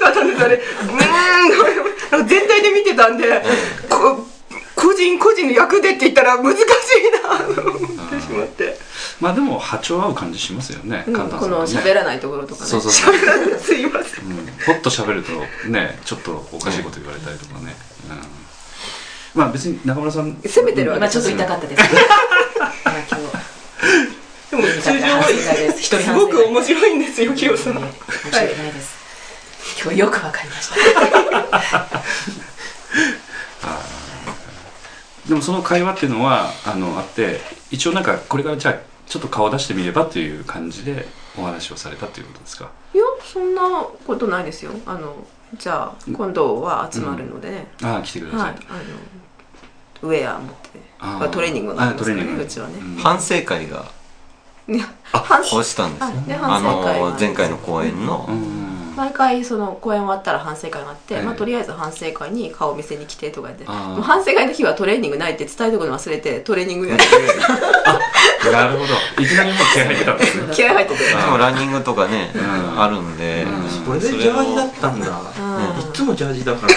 Speaker 7: かったんですあれうーんなんか全体で見てたんでこ個人個人の役でって言ったら難しいなと思ってしまって
Speaker 2: まあでも波長合う感じしますよね、
Speaker 4: うん
Speaker 2: 簡単
Speaker 4: この
Speaker 2: さんと
Speaker 4: 喋
Speaker 2: ね
Speaker 4: らないところとかね
Speaker 2: そうそう
Speaker 4: <laughs>
Speaker 2: そう、
Speaker 7: すいません
Speaker 2: うん、ポッと喋るとねちょっとおかしいこと言われたりとかね、うんまあ別に中村さん
Speaker 4: 攻めてるわけ
Speaker 6: 今ちょっと痛かったです。いや今日
Speaker 7: でも通常
Speaker 6: 反
Speaker 7: は
Speaker 6: 省会です。一人
Speaker 7: す
Speaker 6: 反
Speaker 7: ご
Speaker 6: 省
Speaker 7: く
Speaker 6: 会。
Speaker 7: 面白いんですよキヨさん
Speaker 6: 申し訳ないです。今日よくわかりました。
Speaker 2: でもその会話っていうのはあのあって一応なんかこれからじゃあちょっと顔出してみればっていう感じでお話をされたっていうことですか
Speaker 4: いやそんなことないですよあのじゃあ今度は集まるので、
Speaker 2: ああ来てくださ
Speaker 4: はいい、あのウェア持って
Speaker 2: あー
Speaker 4: まあトレーニングなんですけど
Speaker 2: あトレーニング
Speaker 4: うちはね、
Speaker 2: うん
Speaker 3: 反省会が
Speaker 4: いや反省
Speaker 3: こうしたんですよ
Speaker 4: はいで
Speaker 3: ねあ
Speaker 4: 反省会が
Speaker 3: の前回の公演の
Speaker 2: うん
Speaker 4: 毎回その公演終わったら反省会があって、
Speaker 2: ええ
Speaker 4: まあ、とりあえず反省会に顔見せに来てとか言って
Speaker 2: あー
Speaker 4: もう反省会の日はトレーニングないって伝えとくの忘れてトレーニン
Speaker 3: <laughs>
Speaker 4: グやって
Speaker 2: なるほどいきなりもう気合入ってたんですね
Speaker 4: 気合入ってて
Speaker 3: でもランニングとかね
Speaker 2: ん
Speaker 3: あるんで
Speaker 5: これでジャージだったんだい
Speaker 4: うん
Speaker 5: つもジャージだから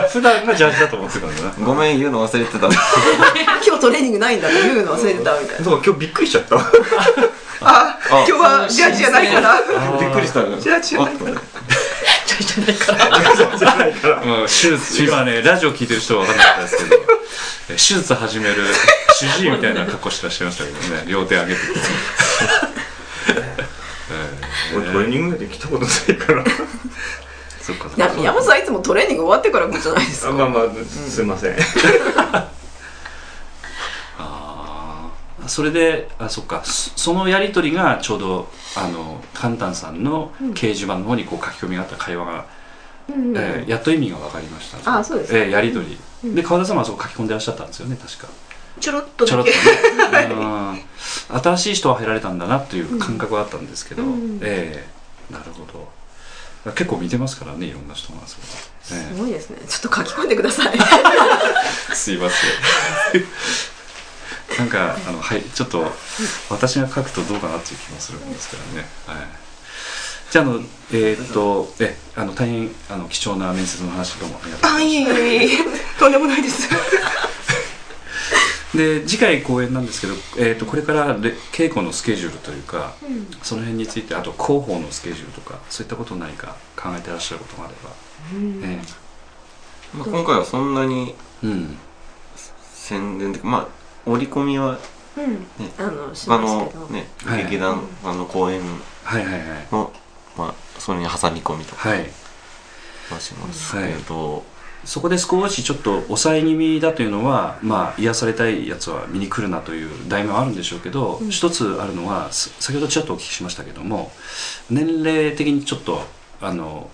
Speaker 2: あ普段がジャージだと思ってたんだ <laughs> な
Speaker 3: ごめん言うの忘れて
Speaker 2: <laughs>
Speaker 3: た
Speaker 4: 今日トレーニングないんだって言うの忘れてたみたいな
Speaker 5: <laughs> そう今日びっくりしちゃった
Speaker 7: あ今
Speaker 3: あ
Speaker 7: 日はジャージじゃないから
Speaker 3: びっくりした違う
Speaker 7: ジャージじゃないから
Speaker 2: うん手術今ねラジオ聞いてる人は分かんなかったですけどえ手術始める主治医みたいな格好してらっしゃいましたけどね両手上げて
Speaker 5: 俺トレーニングで来たことないから
Speaker 2: そっかそっ
Speaker 4: いや宮本さんいつもトレーニング終わってから来るじゃないです
Speaker 5: あ
Speaker 4: か
Speaker 5: まあまあすいません
Speaker 2: あーそれであそっかそそのやり取りがちょうどあのカンタンさんの掲示板の方にこう書き込みがあった会話が、
Speaker 4: うん
Speaker 2: えーやっと意味が分かりました
Speaker 4: あそうですね
Speaker 2: えーやり取り、で川田様はそこ書き込んでらっしゃったんですよね確か
Speaker 6: ちょろっと
Speaker 2: ちょろ
Speaker 6: だ
Speaker 2: っと
Speaker 6: け
Speaker 2: ね、うん新しい人は入られたんだなという感覚はあったんですけど、
Speaker 4: ん
Speaker 2: ええなるほど結構見てますからねいろんな人がそう、
Speaker 4: す
Speaker 2: え
Speaker 4: ごいですねちょっと書き込んでください
Speaker 2: えすいません <laughs> なんかあのはいちょっと私が書くとどうかなっていう気もするんですけどね、はい、じゃああのえーっとえあの大変あの貴重な面接の話どうもありがとうご
Speaker 7: あ
Speaker 2: ざいま
Speaker 7: いえ
Speaker 2: し
Speaker 7: いえいえとんでもないです
Speaker 2: たで次回公演なんですけど、えーっとこれかられ稽古のスケジュールというか、その辺についてあと広報のスケジュールとかそういったことを何か考えてらっしゃることがあれば、え
Speaker 3: まあ今回はそんなに
Speaker 2: えうん
Speaker 3: 宣伝でまあ織り込みは
Speaker 4: うん
Speaker 3: ね
Speaker 4: あのし
Speaker 3: あ
Speaker 4: ます
Speaker 3: の
Speaker 4: けど、
Speaker 3: ね
Speaker 2: はい
Speaker 3: 劇団あの公演
Speaker 2: はいはいはい
Speaker 3: のまあそれに挟み込みとか
Speaker 2: はい
Speaker 3: はしますけど
Speaker 2: そこで少しちょっと抑え気味だというのはまあ癒されたいやつは見に来るなという題名はあるんでしょうけど、一つあるのはす先ほどちらっとお聞きしましたけども年齢的にちょっとあの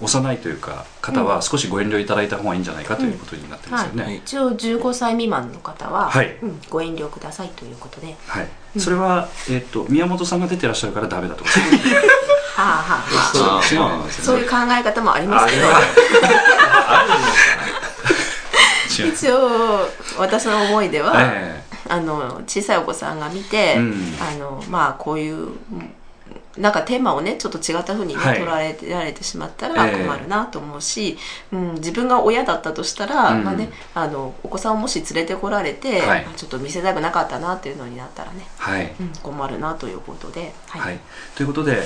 Speaker 2: 幼いというか方は少しご遠慮いただいた方がいいんじゃないかということになってますよね、
Speaker 3: はい
Speaker 4: 一応15歳未満の方は、
Speaker 2: はい
Speaker 4: うんご遠慮くださいということで
Speaker 2: はいそれは、えっと宮本さんが出てらっしゃるからダメだとかそういうこと
Speaker 4: はあはあはあ
Speaker 3: あ
Speaker 2: 違
Speaker 3: ー
Speaker 2: うんですよね <laughs>
Speaker 4: そういう考え方もありますけど
Speaker 2: 違う
Speaker 4: 一応私の思いでは、
Speaker 2: え
Speaker 4: あの小さいお子さんが見て、
Speaker 2: うん
Speaker 4: あのまあこういううんなんかテーマをねちょっと違った風にね、
Speaker 2: はい
Speaker 4: 取られてられてしまったら
Speaker 2: ええ
Speaker 4: 困るなと思うし、うん、自分が親だったとしたら、
Speaker 2: うん
Speaker 4: まあね、あのお子さんをもし連れてこられて、
Speaker 2: はい
Speaker 4: ちょっと見せたくなかったなっていうのになったらね、
Speaker 2: はい、
Speaker 4: うん、困るなということで、はい
Speaker 2: はい、ということで、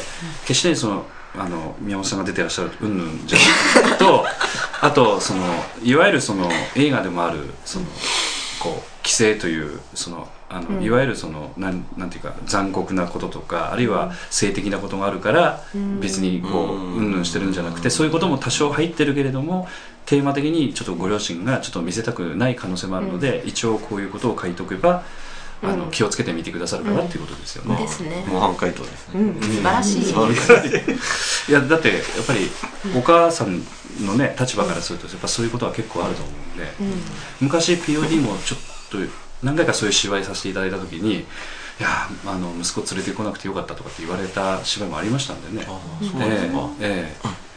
Speaker 2: 決してそのあの宮本さんが出てらっしゃるうんぬんじゃなくて
Speaker 4: <laughs>
Speaker 2: とあとそのいわゆるその映画でもあるそのこう規制というそのあの、
Speaker 4: うん
Speaker 2: いわゆるそのなんなんていうか残酷なこととかあるいは性的なことがあるから、
Speaker 4: ん
Speaker 2: 別にこう
Speaker 3: うん
Speaker 2: うんぬんしてるんじゃなくてそういうことも多少入ってるけれどもテーマ的にちょっとご両親がちょっと見せたくない可能性もあるので、一応こういうことを書いておけばあの、
Speaker 4: うん
Speaker 2: 気をつけてみてくださるかなっていうことですよね。
Speaker 4: ですね、
Speaker 3: 模範解答です
Speaker 4: う
Speaker 3: ね
Speaker 4: ん素晴らしい、
Speaker 3: 素晴らしい
Speaker 2: いやだってやっぱりお母さんのね立場からするとやっぱそういうことは結構あると思うんで、昔 POD もちょっと何回かそういう芝居させていただいた時に「いやーあの息子連れてこなくてよかった」とかって言われた芝居もありましたんでね
Speaker 3: あーそうなんで
Speaker 2: え
Speaker 3: す
Speaker 2: え
Speaker 3: か
Speaker 2: ええ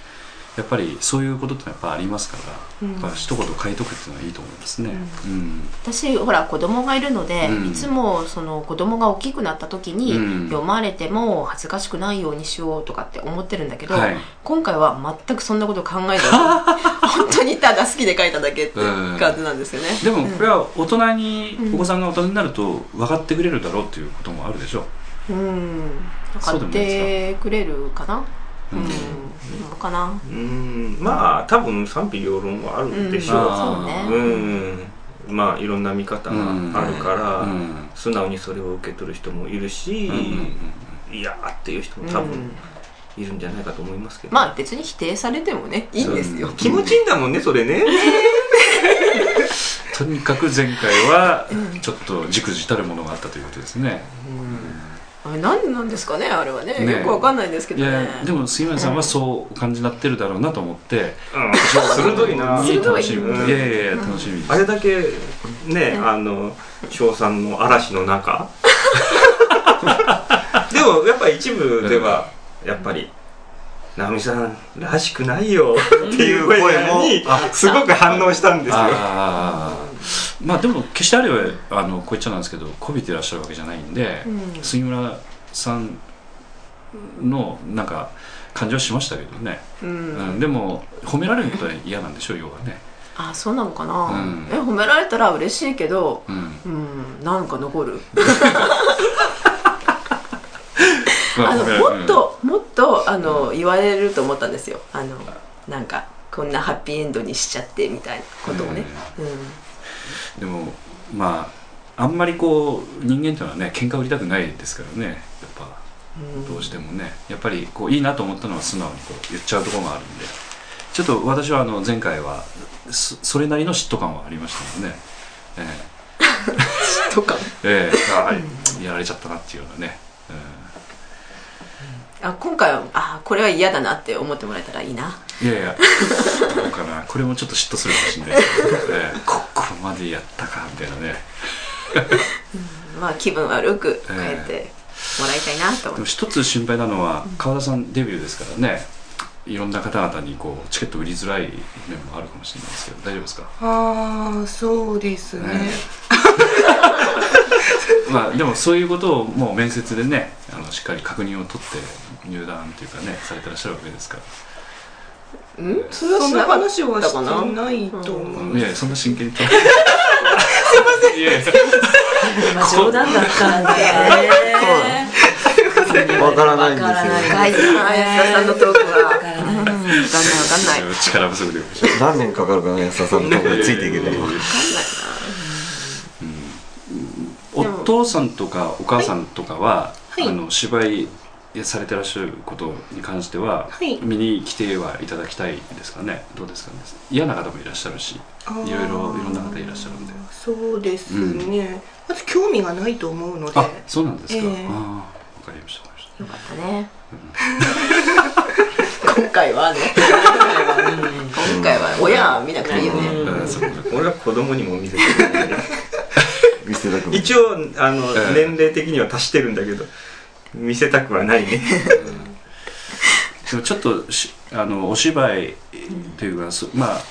Speaker 2: やっぱりそういうことってのはやっぱありますから、やっぱ一言書いとくっていうのはいいと思いますね。うん
Speaker 4: 私ほら子供がいるので、
Speaker 2: うん
Speaker 4: いつもその子供が大きくなった時に、
Speaker 2: うん
Speaker 4: 読まれても恥ずかしくないようにしようとかって思ってるんだけど、
Speaker 2: はい
Speaker 4: 今回は全くそんなこと考
Speaker 2: <laughs>
Speaker 4: えず本当にただ好きで書いただけっていう感じなんですよね。
Speaker 2: でもこれは大人に、お子さんが大人になると分かってくれるだろうっていうこともあるでしょう。
Speaker 4: うん、
Speaker 2: そ
Speaker 4: 買
Speaker 2: うで
Speaker 4: っ
Speaker 2: もないで
Speaker 4: てくれるかな。うん、どうかな。
Speaker 5: うーんまあ多分賛否両論はあるでし
Speaker 4: うん
Speaker 5: ょ
Speaker 4: そうね
Speaker 5: う。うん、まあいろんな見方があるから、
Speaker 2: うん
Speaker 5: 素直にそれを受け取る人もいるし、
Speaker 2: うんうんうん
Speaker 5: いやーっていう人も多分いるんじゃないかと思いますけど、
Speaker 4: まあ別に否定されてもねいいんですよ。
Speaker 5: 気持ちいいんだもんねそれね
Speaker 2: とにかく前回はちょっとじくじたるものがあったということですね。
Speaker 4: うんれ何なんですかねあれはね
Speaker 2: ね
Speaker 4: よくわかんないんですけ
Speaker 2: い
Speaker 4: どね
Speaker 2: やいやでも杉村さんはそうお感じになってるだろうなと思って、
Speaker 5: うん鋭いな。
Speaker 2: いい楽しみ、
Speaker 5: うん
Speaker 2: いやいやいや楽しみです
Speaker 5: あれだけね、あの翔さんの嵐の
Speaker 1: <laughs>
Speaker 5: 中でもやっぱり一部ではやっぱり「直美さんらしくないよ」っていう声にすごく反応したんですよ。
Speaker 2: あーまあでも決してあれはあのこう言っちゃなんですけどこびてらっしゃるわけじゃないんで、杉村さんのなんか感じはしましたけどね、
Speaker 4: う
Speaker 2: うん
Speaker 4: ん
Speaker 2: でも褒められることは嫌なんでしょう要はね、
Speaker 4: あそうなのかな、
Speaker 2: うん
Speaker 4: え褒められたら嬉しいけど
Speaker 2: うん
Speaker 4: うんなんか残る
Speaker 2: ま
Speaker 4: あの
Speaker 2: 褒められる
Speaker 4: もっともっとあの言われると思ったんですよあのなんかこんなハッピーエンドにしちゃってみたいなことをね、うん
Speaker 2: うんでもまああんまりこう人間というのはね喧嘩売りたくないですからねやっぱ
Speaker 4: うん
Speaker 2: どうしてもねやっぱりこういいなと思ったのは素直にこう言っちゃうところもあるんでちょっと私はあの前回はそそれなりの嫉妬感はありましたもんね、え
Speaker 4: とか
Speaker 2: えええああやられちゃったなっていうようなね、
Speaker 4: あ今回はあこれは嫌だなって思ってもらえたらいいな
Speaker 2: うん、いやいやどうかなこれもちょっと嫉妬するかもしれないですけど、ええここまでやったかみたいなね
Speaker 4: まあ気分悪く帰ってもらいたいなと
Speaker 2: で
Speaker 4: 思っ
Speaker 2: も
Speaker 4: て、
Speaker 2: 一つ心配なのは川田さんデビューですからねいろんな方々にこうチケット売りづらい面もあるかもしれないですけど大丈夫ですか
Speaker 7: ああそうですね
Speaker 2: ね <laughs> まあでもそういうことをもう面接でねあのしっかり確認を取って入団というかねされてらっしゃるわけですから、
Speaker 4: うんそれは
Speaker 7: そん
Speaker 4: し
Speaker 7: な
Speaker 4: なかっ
Speaker 7: 話は
Speaker 4: たか
Speaker 7: して
Speaker 4: な
Speaker 7: ないと思う、
Speaker 2: いやいやそんな真剣にすいま <laughs> せんいやいや
Speaker 1: 今冗談だったんだよね
Speaker 3: わからないんです
Speaker 1: わからない
Speaker 3: よ
Speaker 4: 大事な安田さんのトークはわか
Speaker 1: から
Speaker 4: んないわかんないわかんない
Speaker 2: 力不足でございま
Speaker 3: 何年かかるかな安田さんのところについていけるの
Speaker 2: すお父さんとかお母さんとかは、あの芝居されてらっしゃることに関しては、
Speaker 7: はい
Speaker 2: 見に来てはいただきたいですかねどうですかね嫌な方もいらっしゃるし
Speaker 7: あー
Speaker 2: いろいろいろんな方いらっしゃるんで
Speaker 7: そうですね、まず興味がないと思うので
Speaker 2: あそうなんですか、
Speaker 7: ええ
Speaker 2: ああわかりましたわかりました
Speaker 4: よかったね <laughs> 今回はね <laughs> 今回は親見なくていいよね
Speaker 2: うんそうか
Speaker 5: 俺は子供にも見せてる、
Speaker 3: 見せたくない
Speaker 5: 一応あの、
Speaker 2: ええ
Speaker 5: 年齢的には達してるんだけど見せたくはないね
Speaker 2: でもちょっとしあのお芝居というか、そまあ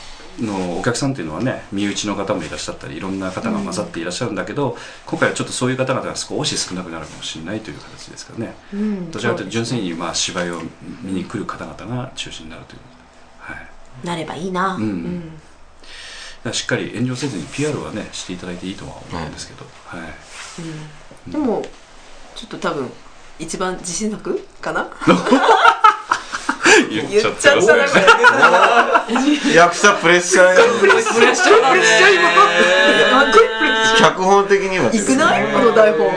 Speaker 2: のお客さんというのはね身内の方もいらっしゃったりいろんな方が混ざっていらっしゃるんだけど、今回はちょっとそういう方々が少し少なくなるかもしれないという形ですからね、
Speaker 4: うん
Speaker 2: どちらかというと純粋にまあ芝居を見に来る方々が中心になるということで、はい、だか
Speaker 4: なればいいな、
Speaker 2: うんらしっかり炎上せずに PR はねしていただいていいとは思うんですけど、はい
Speaker 4: でもちょっと多分一番自信作かな
Speaker 2: 言
Speaker 4: 言っちゃったら
Speaker 3: <laughs> 役者プレッシャーや
Speaker 6: プレッシャーだね <laughs>
Speaker 3: 脚本的にはで
Speaker 4: い
Speaker 3: す
Speaker 4: く
Speaker 3: ね
Speaker 4: ないこの台本
Speaker 2: い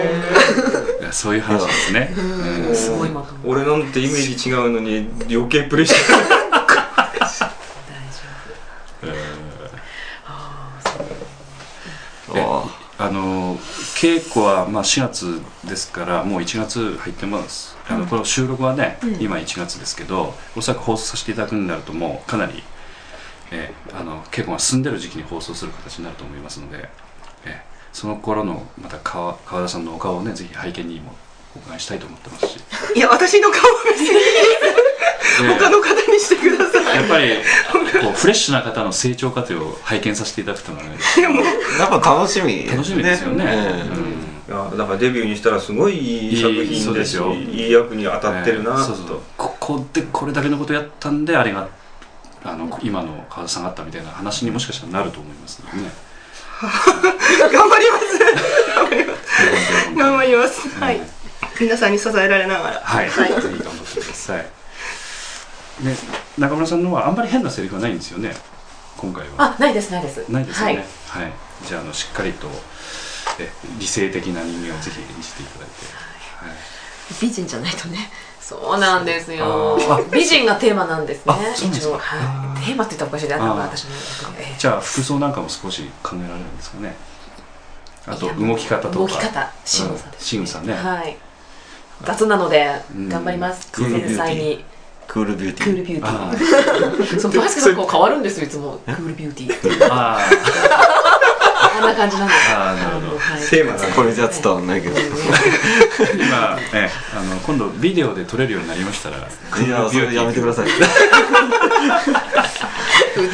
Speaker 2: やそういう話ですね、うん
Speaker 1: すごいまとも
Speaker 5: 俺なんてイメージ違うのに余計プレッシャー
Speaker 3: あ
Speaker 2: あの稽古はまあ4月ですからもう1月入ってます、あのこの収録はね、今1月ですけどおそらく放送させていただくようになるともうかなり、えーあの稽古が進んでる時期に放送する形になると思いますので、えーその頃のまた川川田さんのお顔をねぜひ拝見にもお伺いしたいと思ってますし
Speaker 7: いや私の顔は別に
Speaker 2: で
Speaker 7: 他の方にしてください
Speaker 2: やっぱりこうフレッシュな方の成長過程を拝見させていただく <laughs> というのはね
Speaker 3: あやっぱ楽しみ
Speaker 2: 楽しみですよね
Speaker 3: え
Speaker 2: うん
Speaker 5: いやだからデビューにしたらすごいいい作
Speaker 2: いい
Speaker 5: 品
Speaker 2: そうで
Speaker 5: ですす
Speaker 2: よ
Speaker 5: よいい役に当たってるな
Speaker 2: えー
Speaker 5: と、
Speaker 2: そうそうここでこれだけのことやったんであれがあの今の川田さんがあったみたいな話にもしかしたらなると思いますのでね
Speaker 7: <laughs> 頑張ります
Speaker 2: 本当に
Speaker 7: 頑張りますはい皆さんに支えられながら
Speaker 2: はい、ぜひ頑張ってくださいね中村さんのはあんまり変なセリフはないんですよね今回は
Speaker 1: あないですないです
Speaker 2: ないですよ
Speaker 1: は
Speaker 2: ね
Speaker 1: い、
Speaker 2: はいじゃああのしっかりとえ理性的な人間をぜひ演じていただいて、はい
Speaker 4: 美人じゃないとね
Speaker 1: そうなんです
Speaker 2: あ
Speaker 1: よ
Speaker 2: ー
Speaker 1: 美人がテーマなんですね
Speaker 2: あそうなんですか
Speaker 1: 一応はいテーマって言ったらおかしいな
Speaker 2: あー
Speaker 1: 私のええ
Speaker 2: じゃあ服装なんかも少し考えられるんですかねあと動き方とか
Speaker 1: 動き方仕草で
Speaker 2: うん
Speaker 1: す
Speaker 2: 仕草ね
Speaker 1: はい雑なので
Speaker 2: うん
Speaker 1: 頑張ります
Speaker 3: クールビューティー
Speaker 1: 繊細に
Speaker 3: クールビューテ
Speaker 1: クー
Speaker 3: ィ
Speaker 1: ルビューティ
Speaker 2: あ
Speaker 1: ー <laughs> そうバスケさんこう変わるんですよいつもクールビューティー
Speaker 2: ーあー
Speaker 1: こんな感じなんです
Speaker 2: あーなるほど
Speaker 5: テーマだ
Speaker 3: ーこれじゃ伝わんないけど
Speaker 2: 今、えあの今度ビデオで撮れるようになりましたら
Speaker 3: いやそれやめてください
Speaker 4: う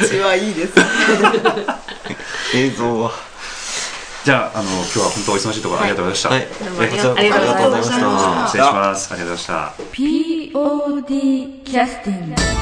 Speaker 4: ちはいいです
Speaker 3: 映像は
Speaker 2: じゃああの今日は本当お忙しいところありがとうございました、
Speaker 3: はい
Speaker 4: もありがとう
Speaker 3: ありがとうございました
Speaker 2: 失礼しますありがとうございました
Speaker 9: ー POD キャスティング